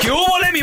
¿Qué hubo, le, mi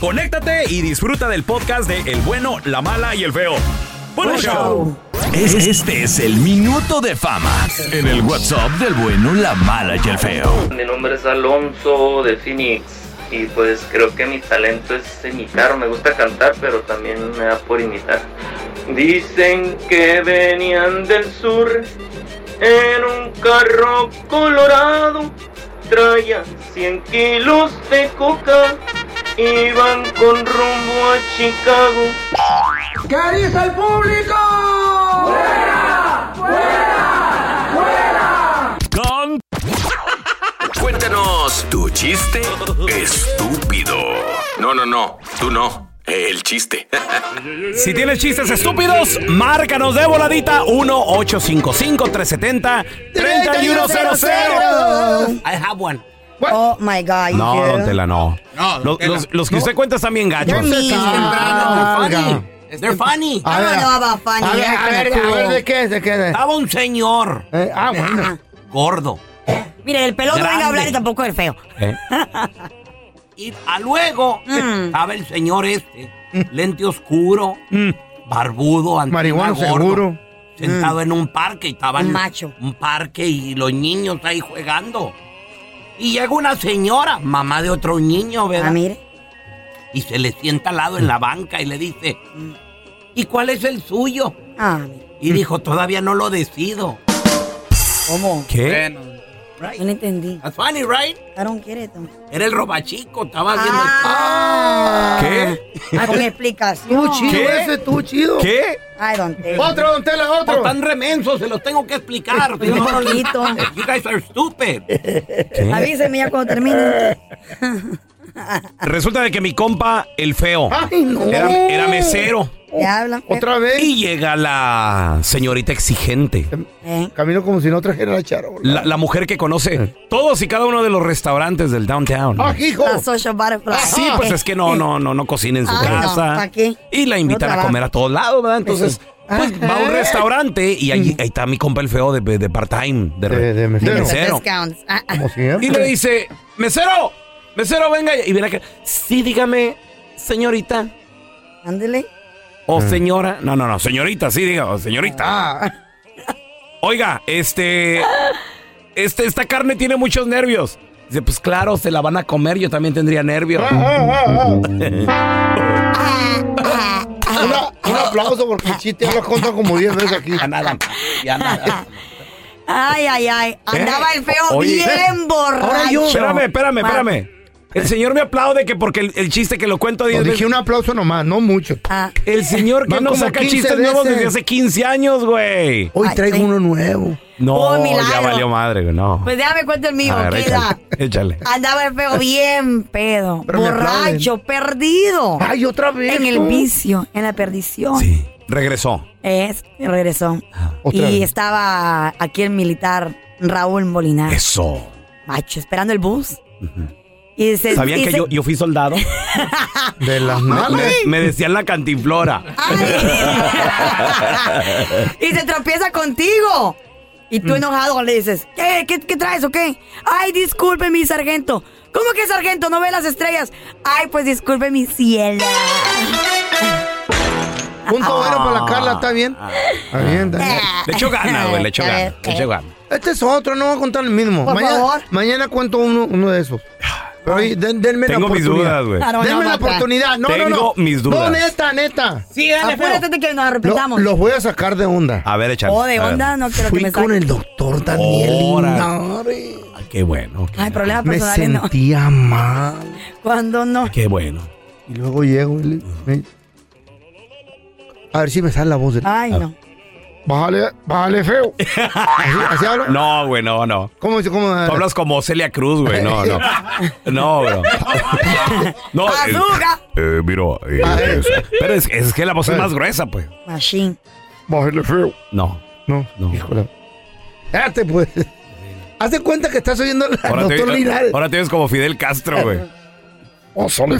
conéctate y disfruta del podcast de El bueno, la mala y el feo. Buen show. Este es el minuto de fama en el WhatsApp del bueno, la mala y el feo. Mi nombre es Alonso de Phoenix y pues creo que mi talento es imitar. Me gusta cantar, pero también me da por imitar. Dicen que venían del sur en un carro colorado. Traían 100 kilos de coca. Iban con rumbo a Chicago. ¿Qué dice el público? ¡Fuera! ¡Fuera! ¡Fuera! Con... Cuéntanos tu chiste estúpido. No, no, no, tú no. El chiste. Si tienes chistes estúpidos, márcanos de voladita 1-855-370-3100. I have one. Oh my God. No, you. don Tela, no. No, don los, Tela. los- los que usted cuenta están bien gachos. They're mean. Funny. They're funny. I don't know about funny. A ver, a ver, a ver, ¿de qué? ¿De qué? De- Ah. Estaba un señor eh, ah, bueno. gordo. Mire, el pelón no venga a hablar y Grande. tampoco el feo. ¿Eh? Y a luego estaba el señor este, lente oscuro, barbudo, antena Marihuana gordo, seguro. Sentado en un parque y estaba Un el- macho. Un parque y los niños ahí jugando. Y llega una señora, mamá de otro niño, ¿verdad? Ah, mire. y se le sienta al lado en la banca y le dice, ¿y cuál es el suyo? Ah, mire. Y dijo, todavía no lo decido. ¿Cómo? ¿Qué? Yo no entendí. That's funny, right? I don't get it. hombre. Era el robachico, estaba haciendo... Ah, ¿Qué? Con explicación. Tú chido ¿Qué? ese, tú chido. ¿Qué? Ay, don Tela. Otro, don Tela, Pues otro. tan remenso, se los tengo que explicar. si no, no les- poquito. You guys are stupid. Avíseme ya cuando termine. Resulta de que mi compa, el feo, Ay, no. era, era mesero. Ya habla. Otra vez. Y llega la señorita exigente. Eh, Camino como si no trajera la charola. La, la mujer que conoce todos y cada uno de los restaurantes del downtown. ¡Ah, hijo! La social butterfly. Sí, pues es que no, no, no, no cocina en su Ah, no, casa. ¿pa' qué? Y la invitan No a trabaja. comer a todos lados, ¿verdad? Entonces, pues va a un restaurante y ahí, ahí está mi compa el feo de, de part-time, de, De- de mesero. Los mesero. discounts. Ah, ah. Como siempre. Y le dice, mesero, mesero, venga. Y viene acá, sí, dígame, señorita Ándele. o señora. No, no, no, señorita, sí, diga, o señorita. Ah, Oiga, este, este, esta carne tiene muchos nervios. Dice, pues claro, se la van a comer, yo también tendría nervios. ah, ah, ah. Una- un aplauso porque el chiste ya lo he contado como 10 veces aquí. Ya nada, más, ya nada. Ay, ay, ay. Andaba el feo Oye. ¿eh? bien borracho. Ah. Espérame, espérame, espérame. El señor me aplaude que porque el, el chiste que lo cuento Lo 10 dije veces. un aplauso nomás, no mucho. Ah, El señor que Van no como saca 15 chistes nuevos veces. desde hace 15 años, güey. Hoy Ay, traigo sí. uno nuevo. No, Oh, milagro. ya valió madre, güey, no. pues déjame cuento el mío. A ver, ¿qué edad? échale, échale. Andaba el feo bien pedo, Pero me borracho, perdido. Ay, otra vez. en el tú. vicio, en la perdición. Sí, Ah, regresó. Es, y regresó. Otra y vez. estaba aquí el militar Raúl Molinar, Eso. macho, esperando el bus. Y se- ¿Sabían y que se- yo, yo fui soldado? De las Me- malas. me, me decían la cantinflora. Ay. y se tropieza contigo. Y Mm. tú enojado le dices, ¿qué, qué, qué traes o qué? Ay, disculpe mi sargento. ¿Cómo que sargento? ¿No ve las estrellas? Ay, pues disculpe mi cielo. Punto bueno para la Carla, está bien. Ah. Está bien, está Ah. bien. Le echó ganas, güey, le echó A ver, ganas. Le echó ganas. Este es otro, no voy a contar el mismo. Por mañana, favor. mañana cuento uno, uno de esos. Pero oye, den- denme la Tengo mis oportunidad. dudas, güey. Ah, no, denme no, la mata. oportunidad. No, no, no. Tengo mis No, dudas. neta, neta. Sí, dale, Acuérdate de que nos arrepentamos. Lo- los voy a sacar de onda. A ver, échale. o Oh, de a ver. onda, no quiero que Fui me con saquen. el doctor Daniel Ahora. Linares. Ah, qué bueno. qué- Ay, problemas Me personales Ah, pues no. sentía mal. Cuando no. Qué bueno. Y luego llego y le- me- A ver si me sale la voz de... Ay, no. Bájale, bájale feo. ¿Así, así hablo? No, güey, no, no. ¿Cómo, se- cómo? Tú hablas como Celia Cruz, güey. No, no. No, bro. No, eh, ¡Azúcar! eh, mira, eh, Ah, eh. eso. Pero es, es que la voz es más gruesa, pues. Machine. Bájale feo. No. No, No. Híjole. Espérate, pues. Hazte cuenta que estás oyendo al Ahora, doctor te, Linares. ahora tienes como Fidel Castro, güey. Oh, sale.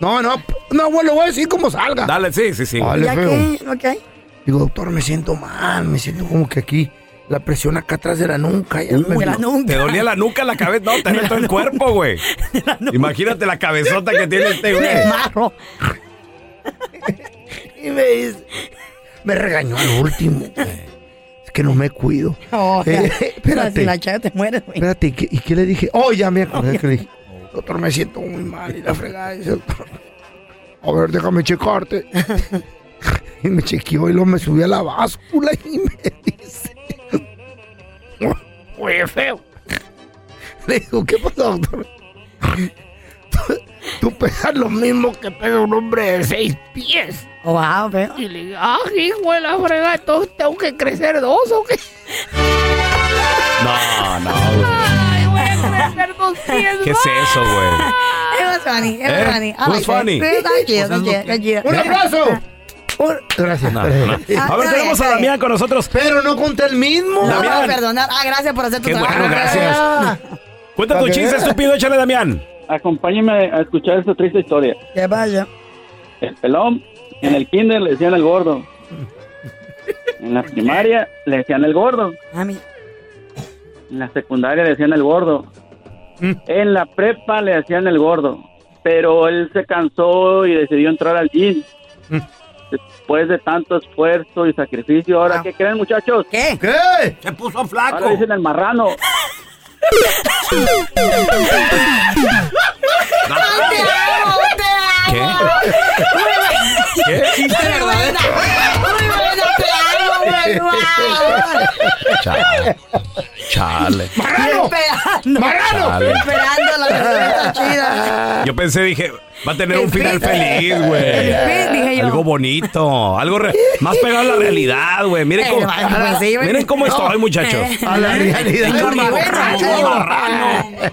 No, no, no, güey, lo voy a decir como salga. Dale, sí, sí, sí. güey. Bájale ¿Ya feo. qué? Ok. Digo, doctor, me siento mal, me siento como que aquí, la presión acá atrás de la nuca. Ya me- Pues la Te nunca. dolía la nuca, la cabeza. No, te duele todo el cuerpo, güey. Imagínate la cabezota que tiene este, güey. Me marro. Eh, Y me dice, me regañó al último. Es que no me cuido. Oh, Eh, ya. espérate. Si la chava te muere, güey. Espérate, ¿y qué, y qué le dije? Oh, ya me acordé que le dije. Doctor, me siento muy mal y la fregada. Dice, "Doctor, a ver, déjame checarte. Y me chequeó y luego me subí a la báscula y me dice. Oye, feo. Le digo, ¿qué pasa, doctor? Tú- Tú pesas lo mismo que pesa un hombre de seis pies. Oh, Wow, pero. Y le digo, ah, hijo de la fregada, entonces tengo que crecer dos o qué. No, no, güey. ¿Qué es eso, güey? It was funny. It was Eh, funny. I it was liked funny. Pero está chido, está chido, está chido. ¡Un abrazo! Un- Gracias. No, no. A ver, está bien, tenemos Ah, está a bien. Damián con nosotros. Pero no conté el mismo. No, no, Damián. perdonar. Ah, gracias por hacer tu Qué trabajo. bueno, gracias. Ah, Cuenta tu Para que chiste, veas. estúpido. Échale, Damián. Acompáñenme a escuchar esta triste historia. Que vaya. El pelón, en el kinder le decían el gordo. En la primaria le decían el gordo. Mami. En la secundaria le decían el gordo. En la prepa le decían el gordo. Pero él se cansó y decidió entrar al gym. Después de tanto esfuerzo y sacrificio, ahora, Wow. ¿qué creen, muchachos? ¿Qué? ¿Qué? Se puso Ahora flaco. dicen el marrano. ¿Qué? ¿Qué? Muy buena. Muy buena, te amo, güey. Wow. Chale. Chale. ¡Marrano! Esperando. ¡Marrano! Chale. Esperando la respuesta chida. Yo pensé, dije, va a tener El un final fin. feliz, güey. El fin, dije yo. Algo bonito, algo re- más pegado a la realidad, güey. Miren Eh, cómo, bueno, pues sí, güey. miren cómo estoy, muchachos. A la Señor Marrano, señor realidad. Marrano.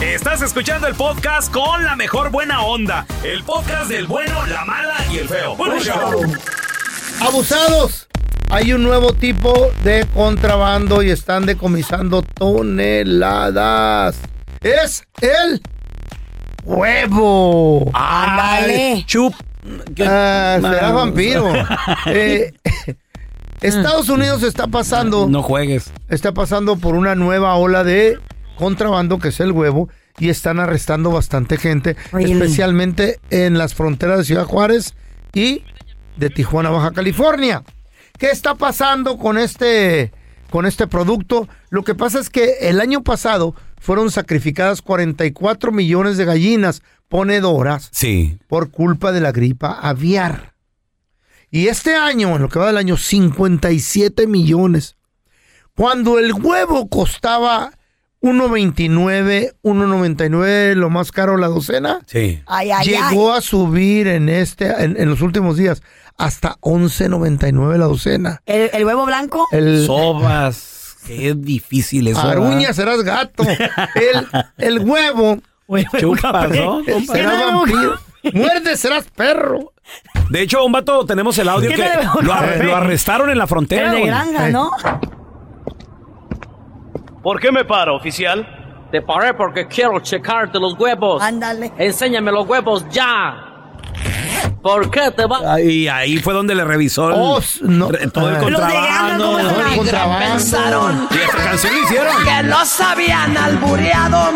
Estás escuchando el podcast con la mejor buena onda. El podcast del bueno, la mala y el feo. Bueno, show. Abusados. Hay un nuevo tipo de contrabando y están decomisando toneladas. Es el huevo. Ándale. Chup. Ah, será vampiro. Eh, Estados Unidos está pasando. No juegues. está pasando por una nueva ola de contrabando, que es el huevo, y están arrestando bastante gente, Really? especialmente en las fronteras de Ciudad Juárez y de Tijuana, Baja California. ¿Qué está pasando con este con este producto. Lo que pasa es que el año pasado fueron sacrificadas 44 millones de gallinas ponedoras Sí. por culpa de la gripa aviar. Y este año, en lo que va del año, 57 millones. Cuando el huevo costaba 1.29, 1.99, lo más caro la docena, Sí. Ay, ay, llegó a subir en este en, en los últimos días hasta 11.99 la docena. ¿El, el huevo blanco? El- Sobas. Qué difícil eso. ¿verdad? Aruña, serás gato. El, el huevo. Chupas, ¿no? Serás vampiro. Muerde, serás perro. De hecho, un vato, tenemos el audio ¿Qué que le veo? lo, ar- lo arrestaron en la frontera. güey. ¿no? Eh. ¿Por qué me paro, oficial? Te paré porque quiero checarte los huevos. Ándale. Enséñame los huevos ya. ¿Por qué te vas? Y ahí fue donde le revisó el- re- todo el Ah. contrabando. Los de Gandalf, ¿cómo se llaman? Y esta canción le hicieron. Que los habían albureado,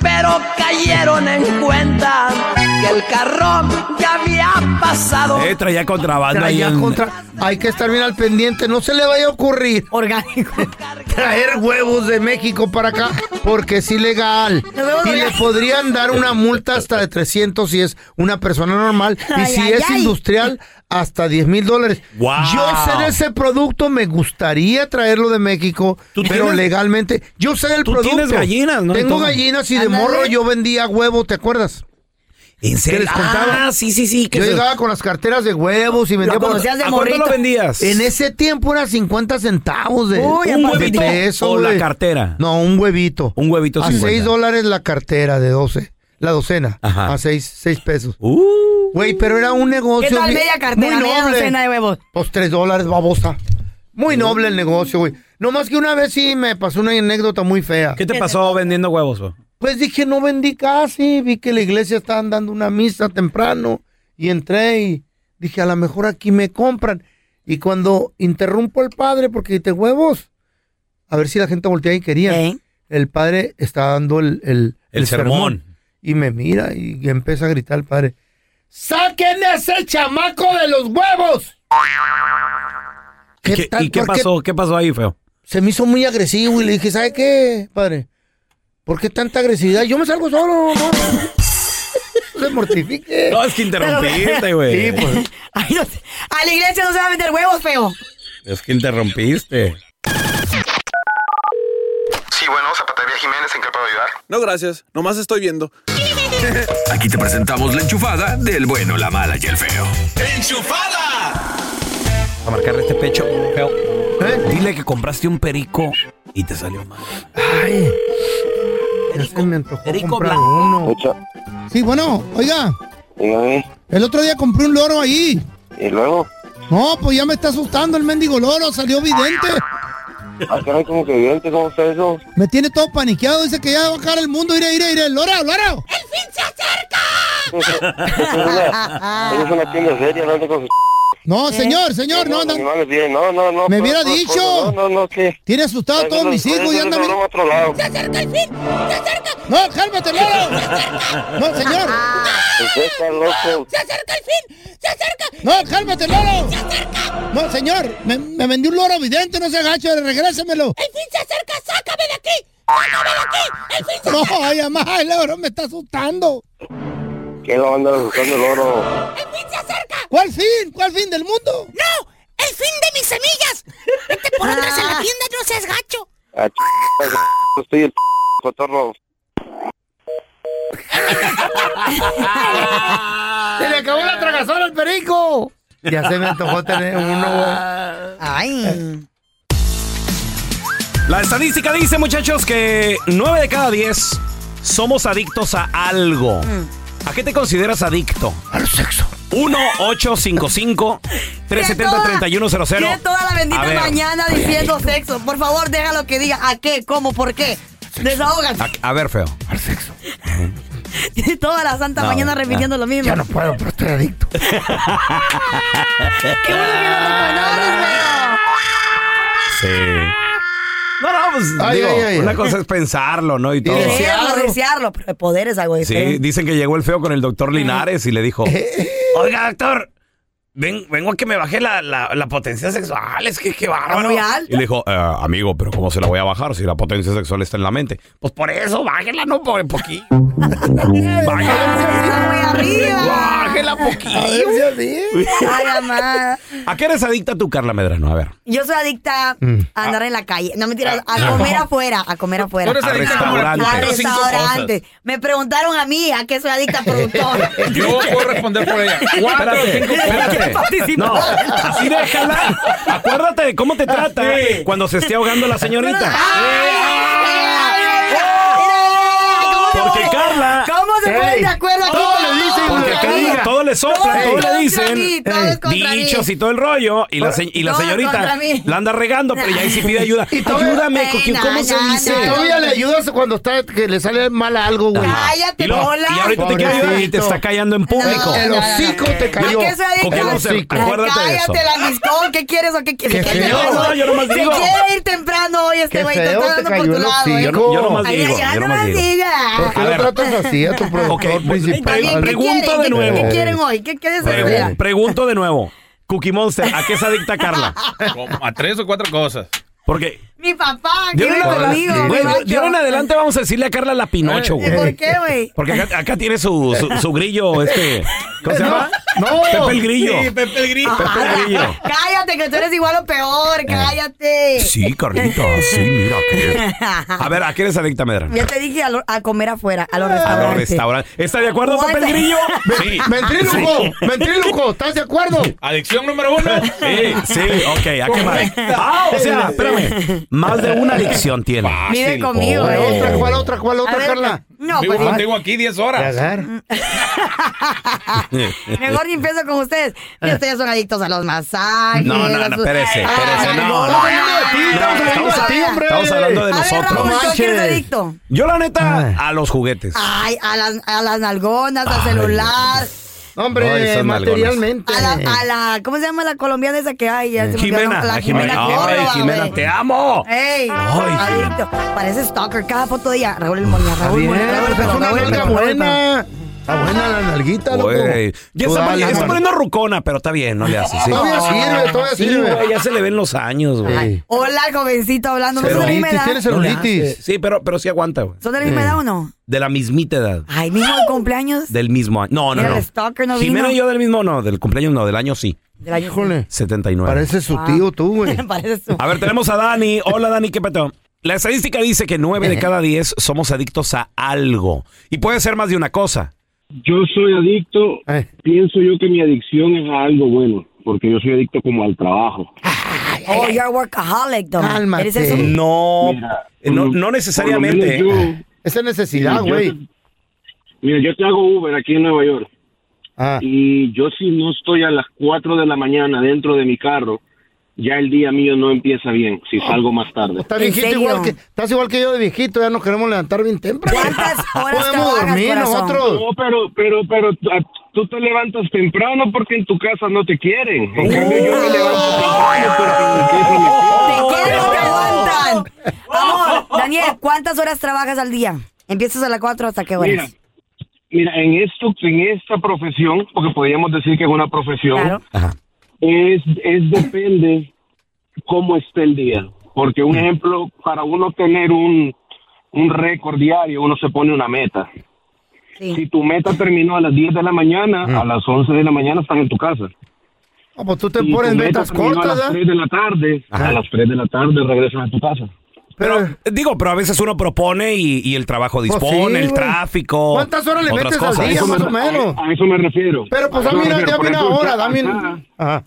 pero cayeron en cuenta que el carro ya había pasado. Eh, traía contrabando Traía ahí en- contra- Hay que estar bien al pendiente, no se le vaya a ocurrir. Orgánico. Traer huevos de México para acá porque es ilegal. Y le podrían dar una multa hasta de 300 si es una persona normal y Ay, si ay, es ay. industrial hasta 10 mil dólares. Wow. Yo sé de ese producto, me gustaría traerlo de México, pero tienes- legalmente. Yo sé del Tú producto. tienes gallinas, ¿no? Tengo Todo. gallinas y de Ándale. morro yo vendía huevo, ¿te acuerdas? ¿En Que les contaba. Ah, sí, sí, sí. que Yo se- llegaba con las carteras de huevos y vendía ¿Lo conocías de ¿A cuánto morrito? lo vendías? En ese tiempo era 50 centavos de Uy, de un huevito. peso, o la güey. cartera. No, un huevito. Un huevito A 50. 6 dólares la cartera de 12. La docena. A 6, pesos. Uh, Güey, pero era un negocio. ¿Qué tal bien- media cartera, muy media noble. docena de huevos? Pues 3 dólares, babosa. Muy noble el negocio, güey. No más que una vez sí me pasó una anécdota muy fea. ¿Qué te pasó vendiendo huevos, güey? Pues dije, no vendí casi. Vi que la iglesia estaban dando una misa temprano. Y entré y dije, a lo mejor aquí me compran. Y cuando interrumpo al padre porque te huevos, a ver si la gente voltea y quería. El padre está dando el, el, El sermón. Y me mira y, y empieza a gritar el padre. ¡Saquen a ese chamaco de los huevos! ¿Y qué- tal? ¿Y qué ¿Por qué? pasó? ¿Qué pasó ahí, feo? se me hizo muy agresivo y le dije, ¿sabe qué, padre? ¿Por qué tanta agresividad? Yo me salgo solo, no, no se mortifique. No, es que interrumpiste, güey. Sí, pues. Ay, no sé. A la iglesia no se va a vender huevos, feo. Es que interrumpiste. Sí, bueno, Zapatería Jiménez, ¿en qué puedo ayudar? No, gracias. Nomás estoy viendo. Aquí te presentamos la enchufada del bueno, la mala y el feo. A marcarle este pecho, feo. Dile que compraste un perico y te salió mal. Ay, ya se me antojó Perico comprar blanco. uno. Oh. Sí, bueno, oiga, Dígame, el otro día compré un loro ahí. y luego, No, pues ya me está asustando el mendigo loro, salió vidente. ah, caray, como que evidente, ¿cómo está eso? Me tiene todo paniqueado, dice que ya va a bajar el mundo. Iré, iré, iré, loro, loro. Eso es una tienda seria, no ande con sus... No, señor, señor, no, no. animales bien, no, no, no. Me no, hubiera no, No, dicho. no, no, ¿qué? Tiene asustado a todos mis hijos, ya andan- No, a otro lado. No, cálmate, loro. No, señor. Usted está loco. No, cálmate, loro. No, señor, me, me vendió un loro vidente, no se agacho, regrésemelo. ¡El fin se acerca, sácame de aquí! ¡Sácame de aquí! ¡El fin se acerca! No, ay, mamá, el loro me está asustando. ¿Qué lo anda buscando el oro? ¿Cuál fin? ¿Cuál fin del mundo? ¡No! ¡El fin de mis semillas! Vete por atrás Ah. en la tienda, no seas gacho. A Ah, ch... Estoy el cotorro. ¡Se le acabó la tragazón al perico! Ya se me antojó tener uno. Ay. La estadística dice, muchachos, que 9 de cada 10 somos adictos a algo. Mm. ¿A qué te consideras adicto? Al sexo. 1-855-370-3100. Tiene toda la A bendita ver, mañana soy diciendo adicto. sexo. Por favor, déjalo que diga a qué, cómo, por qué. Desahógate. A, a ver, feo. Tiene toda la santa No, mañana no. repitiendo lo mismo. puedo, pero estoy adicto. Sí. No, no, pues Ay, digo, ay, ay, ay. una cosa es pensarlo, ¿no? Y todo. Desearlo, desearlo, pero el poder es algo Sí, diferente. Eh. dicen que llegó el feo con el doctor Linares y le dijo, oiga, doctor, ven- vengo a que me baje la, la- la potencia sexual, es que qué bárbaro. muy alta. Y le dijo, "Ah, amigo, pero ¿cómo se la voy a bajar si la potencia sexual está en la mente? Pues por eso, bájela, no por poquito. Está muy arriba. Bájela poquito. Ay, mamá. ¿A qué eres adicta tú, Carla Medrano? A ver. Yo soy adicta Mm. a andar en la calle. No mentiras, Ah. a comer afuera, a comer afuera. Tú eres adicta como la- a a restaurantes. cinco restaurantes. Me preguntaron a mí a qué soy adicta productor. Yo puedo responder por ella. Cuatro, cinco Espérate. No, así déjala. Acuérdate de cómo Ah, te trata cuando se esté ahogando la señorita. Ah, Porque Carla. ¿Cómo se ponen de acuerdo aquí? Todo le dicen. Porque Carla, todo le sopla, Todo todo, es le contra dicen. eh, mí, todo es contra mí. dichos y todo el rollo. Y la, se- y la Todo es contra señorita mí. la anda regando, pero ya ahí sí pide ayuda. Y todavía- Ayúdame, Coqui, Eh, ¿cómo na, se na, dice? na. Todavía le ayudas cuando está que le sale mal algo, güey. y, luego- y ahorita te quiere ayudar y te está callando en público. No, El no, no, no. hocico te cayó. ¿A qué soy Coqui, adicta? no sé, acuérdate de eso. Cállate, la miscón. ¿Qué quieres o qué quieres? Qué ¿Qué feo. quieres? No, yo nomás digo. Se quiere ir temprano hoy este Qué güey. feo, te te está dando cayó por tu el lado. hocico. ¿eh? Yo no- yo nomás Ay, digo, ya yo no nomás más digo. digas. ¿Por qué A lo ver. tratas así a tu productor Ok, pues, pre- principal? pre- ¿Qué pregunto quieren? de ¿Qué- nuevo. ¿Qué quieren hoy? ¿Qué quieres Pregun- hacer? pregunto de nuevo. Cookie Monster, ¿a qué es adicta Carla? Como a tres o cuatro cosas. Porque Mi papá, de ¿qué ahora en vive adelante- conmigo? bueno, mi macho. de ahora en adelante vamos a decirle a Carla la Pinocho, ¿Y güey. por qué, güey? Porque acá, acá tiene su, su, su grillo, este. ¿Cómo se llama? No. Pepe el Grillo. Sí, Pepe el Grillo. Pepe el Grillo. Cállate, que tú eres igual o peor. Cállate. Sí, Carlita, sí, mira que. A ver, ¿a qué eres adicta, Medrano? Ya te dije a, lo- a comer afuera, a los A los restaurantes. restaurantes. ¿Está de acuerdo, What Pepe el the- Grillo? pues. Sí. Ventríloco, ventríloco, ¿estás de acuerdo? Adicción número uno. Sí, sí, ok, ¿a qué más? Ah, o sea, espérame. Más de una adicción tiene. Vive conmigo, Oh. eh. ¿Otra, cuál otra, cuál A otra, ver, Carla? No, Vivo pues contigo aquí 10 horas. mejor ni empiezo con ustedes. Que ustedes son adictos a los masajes. No, no, a no, sus- Ay, espérese, espérese, no, no. ay, No, ay, estamos, ay, ay. estamos hablando de A ver, nosotros. Raúl, ¿tú a qué eres adicto? Yo, la Ah. neta, a los juguetes. Ay, a las, a las nalgonas, al celular. Hombre, Ay, esas nalgonas. materialmente. A la, a la, ¿cómo se llama la colombiana esa que hay? Ya se me olvidó, Jimena, la a Jimena. Córdoba, Ay, Jimena, güey. te amo. ¡Ey! Ay, adicto. Parece stalker cada foto de ella. Raúl el Moña, Raúl el Bien, Moña, Raúl el es Pelón, una Raúl el nalga Pelón, Raúl el Pelón. buena. Está buena la nalguita, loco. Güey. Ya Tú está, dale, está mano. poniendo rucona, pero está bien, no le haces. Sí. Todavía sirve, todavía Sí, sirve. güey, ya se le ven los años, güey. Hola, jovencito, hablando. ¿No son de la misma edad? ¿Tienes celulitis? Sí, pero, pero sí aguanta, güey. ¿Son de la misma edad o no? De la mismita edad. Ay, mi hijo de cumpleaños. Del mismo año. No, no, Mira, no. el stalker no Jimena vino. y yo del mismo, no, del cumpleaños no, del año sí. Del año- Híjole. 79. Parece su tío tú, güey. Parece su- A ver, tenemos a Dani. Hola, Dani, ¿qué peteo? La estadística dice que 9 Eh. de cada 10 somos adictos a algo. Y puede ser más de una cosa. Yo soy adicto, pienso yo que mi adicción es a algo bueno, porque yo soy adicto como al trabajo. Ah, eh. Oh, you're a workaholic, though. ¿Eres eso? No, eh, no, no por lo menos necesariamente. Esa necesidad, Mira, yo güey. te- Mira, yo te hago Uber aquí en Nueva York. Ah. Y yo si no estoy a las 4 de la mañana dentro de mi carro, ya el día mío no empieza bien, si salgo más tarde. Estás viejito igual que, estás igual que yo de viejito, ya nos queremos levantar bien temprano. Podemos dormir nosotros. No, pero, pero, pero tú- a- tú te levantas temprano porque en tu casa no te quieren. En cambio, yo me levanto temprano porque en mi casa me ¿Te quieren o te aguantan? Amor, Daniel, ¿cuántas horas trabajas al día? Empiezas a las 4 hasta qué horas? Mira, en esto, en esta profesión, porque podríamos decir que es una profesión, es, es depende cómo esté el día. Porque Mm. un ejemplo, para uno tener un, un récord diario, uno se pone una meta. Si tu meta terminó a las 10 de la mañana, Mm. a las 11 de la mañana estás en tu casa. Ah, pues tú te Si tu pones meta metas terminó cortas, A las ¿ah? 3 de la tarde, a las 3 de la tarde regresas a tu casa. Pero, digo, pero a veces uno propone y, y el trabajo Pues dispone, sí, el güey. tráfico. Oh, ¿Cuántas horas le otras metes al cosas. día, Eso me más o refiero. menos? A eso me refiero. Pero pues A a eso mí, me refiero. dame Por una ejemplo, hora, acá- dame. acá- Ajá.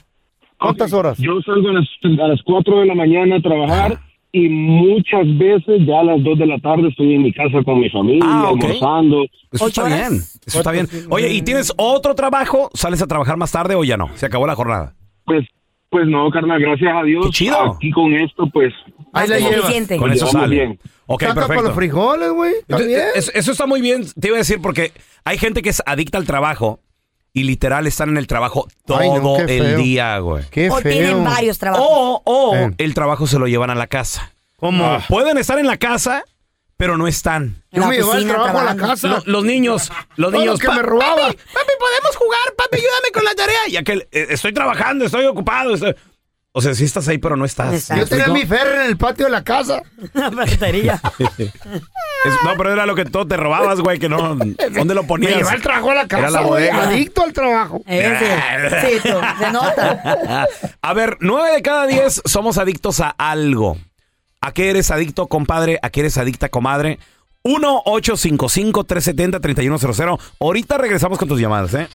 ¿Cuántas horas? Ah. Yo salgo a las, a las 4 de la mañana a trabajar y muchas veces ya a las 2 de la tarde estoy en mi casa con mi familia, Ah, ok. almorzando. Eso está bien. Eso está bien. Oye, ¿y tienes otro trabajo? ¿Sales a trabajar más tarde o ya no? Se acabó la jornada. Pues, pues no, carnal, gracias a Dios. Aquí con esto, pues. Ahí la llevas. Con eso Llevamos sale. bien. Ok, Saca para perfecto. los frijoles, güey. ¿Está Entonces, bien? Eso, eso está muy bien, te iba a decir, porque hay gente que es adicta al trabajo y literal están en el trabajo todo Ay, no, qué Eh. el feo. día, güey. o tienen varios Oh, trabajos. Ah. pues, O el trabajo se lo llevan a la casa. ¿Cómo? Pueden estar en la casa, pero no están. Yo me llevaba el trabajo a la casa. Lo- los niños, los Todo niños. lo que me "Pa- robaba. Papi, papi, podemos jugar, papi, ayúdame con la tarea. Ya que estoy trabajando, estoy ocupado. estoy- O sea, sí estás ahí, pero no estás. ¿Me Yo tenía mi explico? ferro en el patio de la casa. La ferretería. Es- no, pero era lo que todo te robabas, güey, que no. ¿Dónde lo Me ponías? llevaba el trabajo a la casa. Era la güey, bodega. Adicto al trabajo. Eh, Ese. Sí, tú, se nota. A ver, nueve de cada diez somos adictos a algo. ¿A qué eres adicto, compadre? ¿A qué eres adicta, comadre? 1-855-370-3100. Ahorita regresamos con tus llamadas, ¿eh?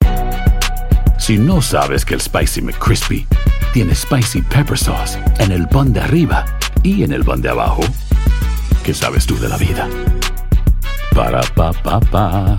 Si no sabes que el Spicy McCrispy tiene Spicy Pepper Sauce en el pan de arriba y en el pan de abajo, ¿qué sabes tú de la vida? Para, pa, pa, pa.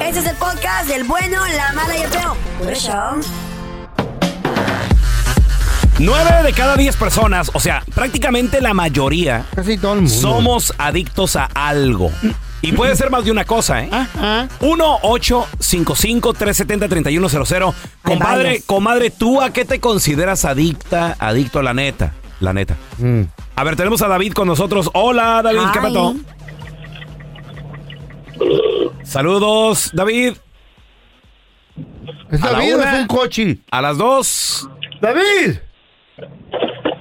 Ese es el podcast del bueno, la mala y el feo. Por eso. 9 de cada 10 personas, o sea, prácticamente la mayoría, Mm. somos adictos a algo. Y puede ser más de una cosa, ¿eh? 1-855-370-3100. Compadre, varias. comadre, ¿tú a qué te consideras adicta? Adicto, la neta. La neta. Mm. A ver, tenemos a David con nosotros. Hola, David, ¿qué Ay. pasó? Saludos, David. ¿Es David o es un coche? A las dos. ¡David!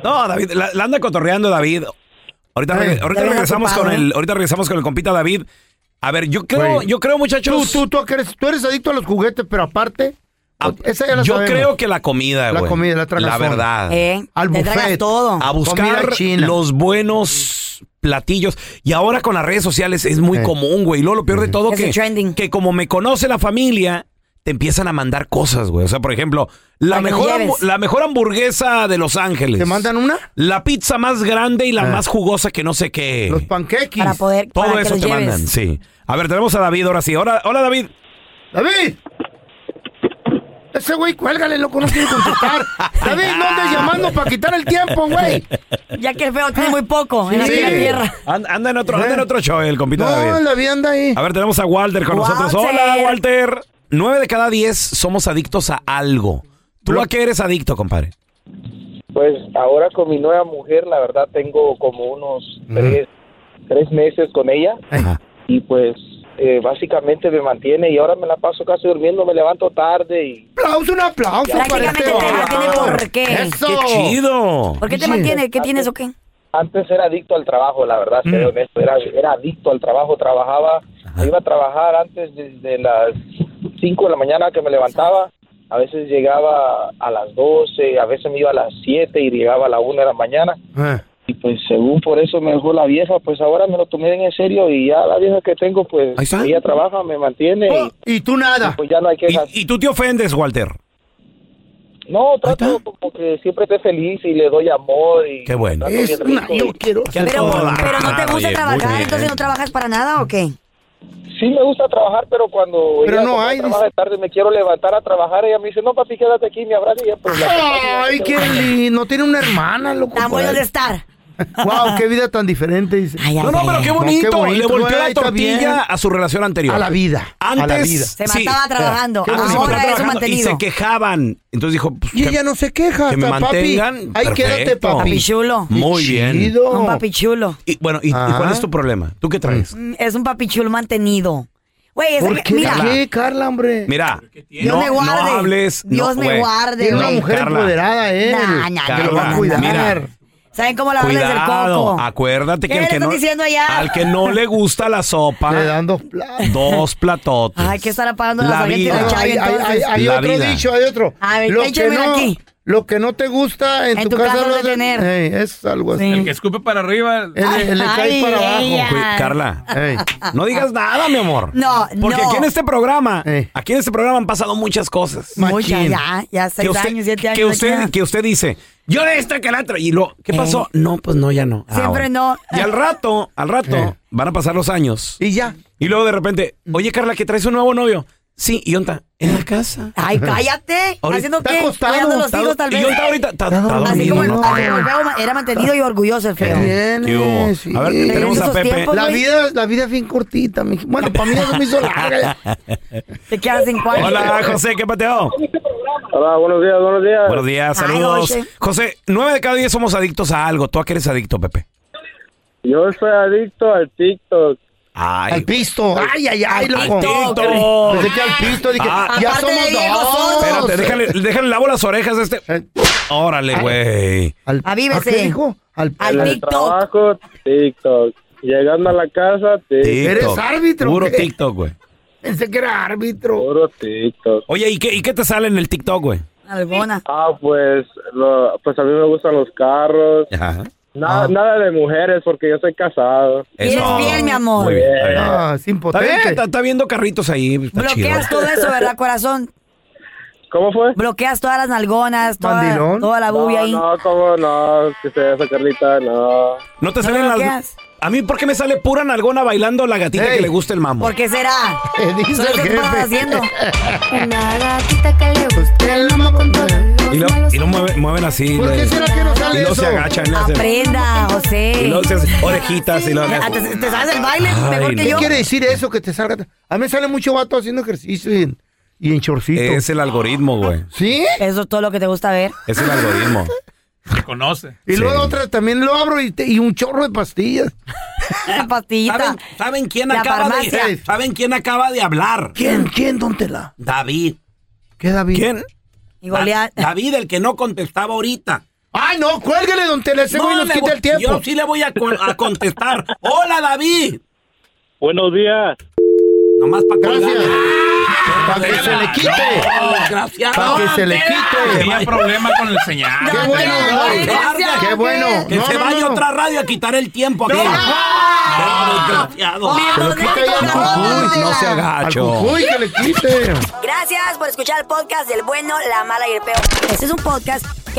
No, David, la, la anda cotorreando David. Ahorita, Eh, reg- ahorita David regresamos ocupado, con ¿eh? el, ahorita regresamos con el compita David. A ver, yo creo, Güey. yo creo, muchachos. Tú, tú, tú, que eres, tú eres adicto a los juguetes, pero aparte. esa ya la Ah, yo sabemos. creo que la comida, La güey. comida, la tragazón. verdad. Eh, Al te buffet. tragas todo. A buscar Comida china. los buenos platillos. Y ahora con las redes sociales es muy común, güey. Y luego lo peor de todo Es el que, que como me conoce la familia, te empiezan a mandar cosas, güey. O sea, por ejemplo, la Para que mejor, lo lleves. hambu- la mejor hamburguesa de Los Ángeles. ¿Te mandan una? La pizza más grande y la más jugosa que no sé qué. Los panqueques. Para poder. Todo eso te mandan, sí. A ver, tenemos a David ahora sí. Hola, hola David. ¡David! Ese güey, cuélgale, loco, no quiere contestar. David, no andes llamando para quitar el tiempo, güey. Ya que el feo tiene muy poco en Sí. aquella tierra. And- anda en otro, anda en otro show el compita No, David. David anda ahí. A ver, tenemos a Walter con nosotros. Hola, Walter. Nueve de cada diez somos adictos a algo. ¿Tú a qué eres adicto, compadre? Pues ahora con mi nueva mujer, la verdad tengo como unos tres, tres meses con ella y pues eh, básicamente me mantiene y ahora me la paso casi durmiendo, me levanto tarde y... Aplauso, un aplauso. este Prácticamente te mantiene por qué. chido! ¿Por qué te mantiene? ¿Qué tienes o qué? Antes era adicto al trabajo, la verdad, seré Mm. honesto, era, era adicto al trabajo, trabajaba, iba a trabajar antes desde las 5 de la mañana que me levantaba, a veces llegaba a las 12, a veces me iba a las 7 y llegaba a la 1 de la mañana. Ah. Y pues según por eso me dejó la vieja, pues ahora me lo tomé en serio y ya la vieja que tengo, pues ella trabaja, me mantiene. Oh, y, tú Ah. nada. Pues ya no hay que... ¿Y, y tú te ofendes, Walter? No, trato como que siempre esté feliz y le doy amor y... Qué bueno. trato bien Es rico. Pero, pero Ah, Ah, no te gusta trabajar, entonces no trabajas para nada o qué? Sí me gusta trabajar, pero cuando Pero ella no como hay, trabaja de tarde me quiero levantar a trabajar, ella me dice, no papi, quédate aquí, me abraza y ya pues la Ay, qué lindo. No tiene una hermana, loco. Tan bueno de estar. Wow, qué vida tan diferente. dice. no, no, pero qué bonito. Le volteó Ay, la está bien. tortilla a su relación anterior. A la vida, a Antes la vida. Se mataba trabajando, Qué ahora bonito. Se mataba es un trabajando Y mantenido. se quejaban. Entonces dijo, pues, Y que- ella no se queja. que me hasta, mantengan. Papi. Ahí quédate, perfecto. papi. Oh. Muy bien. Un papi chulo. Y, bueno, ¿y, y Ajá. cuál es tu problema? ¿Tú qué traes? Mm, Es un papi chulo mantenido. Güey, es ¿Por qué? mira. ¿Qué, Carla, hombre? Mira, Dios no, me guarde. no hables. no, Dios me güey. guarde. No, güey. Carla. ¿eh? Nah, nah, Carla, nah, nah, nah. mira, ¿Saben cómo lavarles el Cuidado, coco? acuérdate ¿Qué que, al le que, estás no, diciendo allá? al que no le gusta la sopa, Le dan dos dos platotes. Ay, que estar apagando la La sargento y vida. la chavi Ay, ay, entonces. ay, ay, La otro vida. dicho, hay otro. A ver, Lo que échame no- aquí. Lo que no te gusta en, En tu casa lo lo has de tener. Ey, es algo así. El que escupe para arriba. El- el- le cae Ay, para abajo. ella. Güey, Carla, no digas nada, mi amor. Ah. No, Porque no. aquí en este programa, aquí en este programa han pasado muchas cosas. Muchas, ya, ya seis que usted, años, siete años. aquí Que usted, ya. que usted dice, yo de esta que la otra. Y lo, ¿qué Eh. pasó? No, pues no, ya no. Ah, Siempre no. bueno. Eh. Y al rato, al rato, van a pasar los años. Y ya. Y luego de repente, oye, Carla, que traes un nuevo novio. Sí, y onda, en la casa. Ay, cállate. Ahorita- ¿Haciendo está qué? acostado, Cuidando los está- hijos, Ah, tal y vez. yo estaba ahorita- está- está Así dormido, como el, ¿no? así como el feo ma- era mantenido y orgulloso el feo. ¿Qué hubo? A ver, Pero tenemos en a esos Pepe. tiempos, La Pues, güey. vida, la vida es bien cortita, mi Bueno, para mí no se me hizo larga. Te quedas sin cuarto. Hola, José, ¿qué pateo? Hola, buenos días, buenos días. Buenos días, Ay, saludos. José. José, nueve de cada diez somos adictos a algo. ¿Tú a qué eres adicto, Pepe? Yo soy adicto al TikTok. Ay, Pisto. Ay, ay, ay, Al loco. pisto. Pensé que al pisto dije, Ah. ya Aparte somos de dos. Eh, Espérate, déjale, déjale lavo las orejas a este. Órale, güey. ¿A qué dijo? Al, En el trabajo, TikTok. Llegando a la casa, TikTok. TikTok. Puro TikTok, güey. Pensé que era árbitro. Puro TikTok. Oye, ¿y qué, ¿y qué te sale en el TikTok, güey? Alguna. Ah, pues, lo- pues a mí me gustan los carros. Ajá. Nada, Ah. nada de mujeres porque yo soy casado. Eso. Muy bien, está Ah, bien. Ah, Está, bien, está- está viendo carritos ahí. Está chido. Bloqueas todo eso, ¿verdad, corazón? ¿Cómo fue? Bloqueas todas las nalgonas, toda, Bandilón. toda la bubia no, ahí. No, cómo no, que se esa Carlita, no. No te salen las. bloqueas? A mí, ¿por qué me sale pura nalgona bailando la gatita que le gusta el mambo? ¿Por qué será? Eh, dice Soy el lo que tú jefe. Eh, estás haciendo. que le gusta el lomo con todo. Y lo, y lo mueve- mueven así. ¿Por Pues, qué güey. será que no sale Y no se eso? agachan. le hacen- Aprenda, Y José. luego se hacen orejitas y lo Ah, ¿Te, te sabes el baile Ay, mejor que no. ¿Qué yo? quiere decir eso que te salga? A mí me sale mucho vato haciendo ejercicio y en, y en chorcito. Es el algoritmo, güey. ¿Sí? Eso es todo lo que te gusta ver. Es el algoritmo. Conoce. Y luego otra también lo abro y, te- y un chorro de pastillas. Pastillita. ¿Saben, saben quién La acaba de farmacia. ¿Saben quién acaba de hablar? ¿Quién? ¿Quién? ¿Dónde la? David. ¿Qué David? ¿Quién? Y Goliat. David, el que no contestaba ahorita. ¡Ay, no! ¡Cuélguele, don Tela! Ese güey nos le quita voy- el tiempo. Yo sí le voy a, co- a contestar. ¡Hola, David! Buenos días. Nomás para Gracias. Para que se le quite. Gracias. Para que se le quite. Tenía problema con el señal. Qué bueno, don. Qué bueno. Que No, se no, vaya no. otra radio a quitar el tiempo. aquí. desgraciado. Se lo quita ahí al cucuy. No se agacho. Al cucuy que le quite. Gracias por escuchar el podcast del bueno, la mala y el peor. Este es un podcast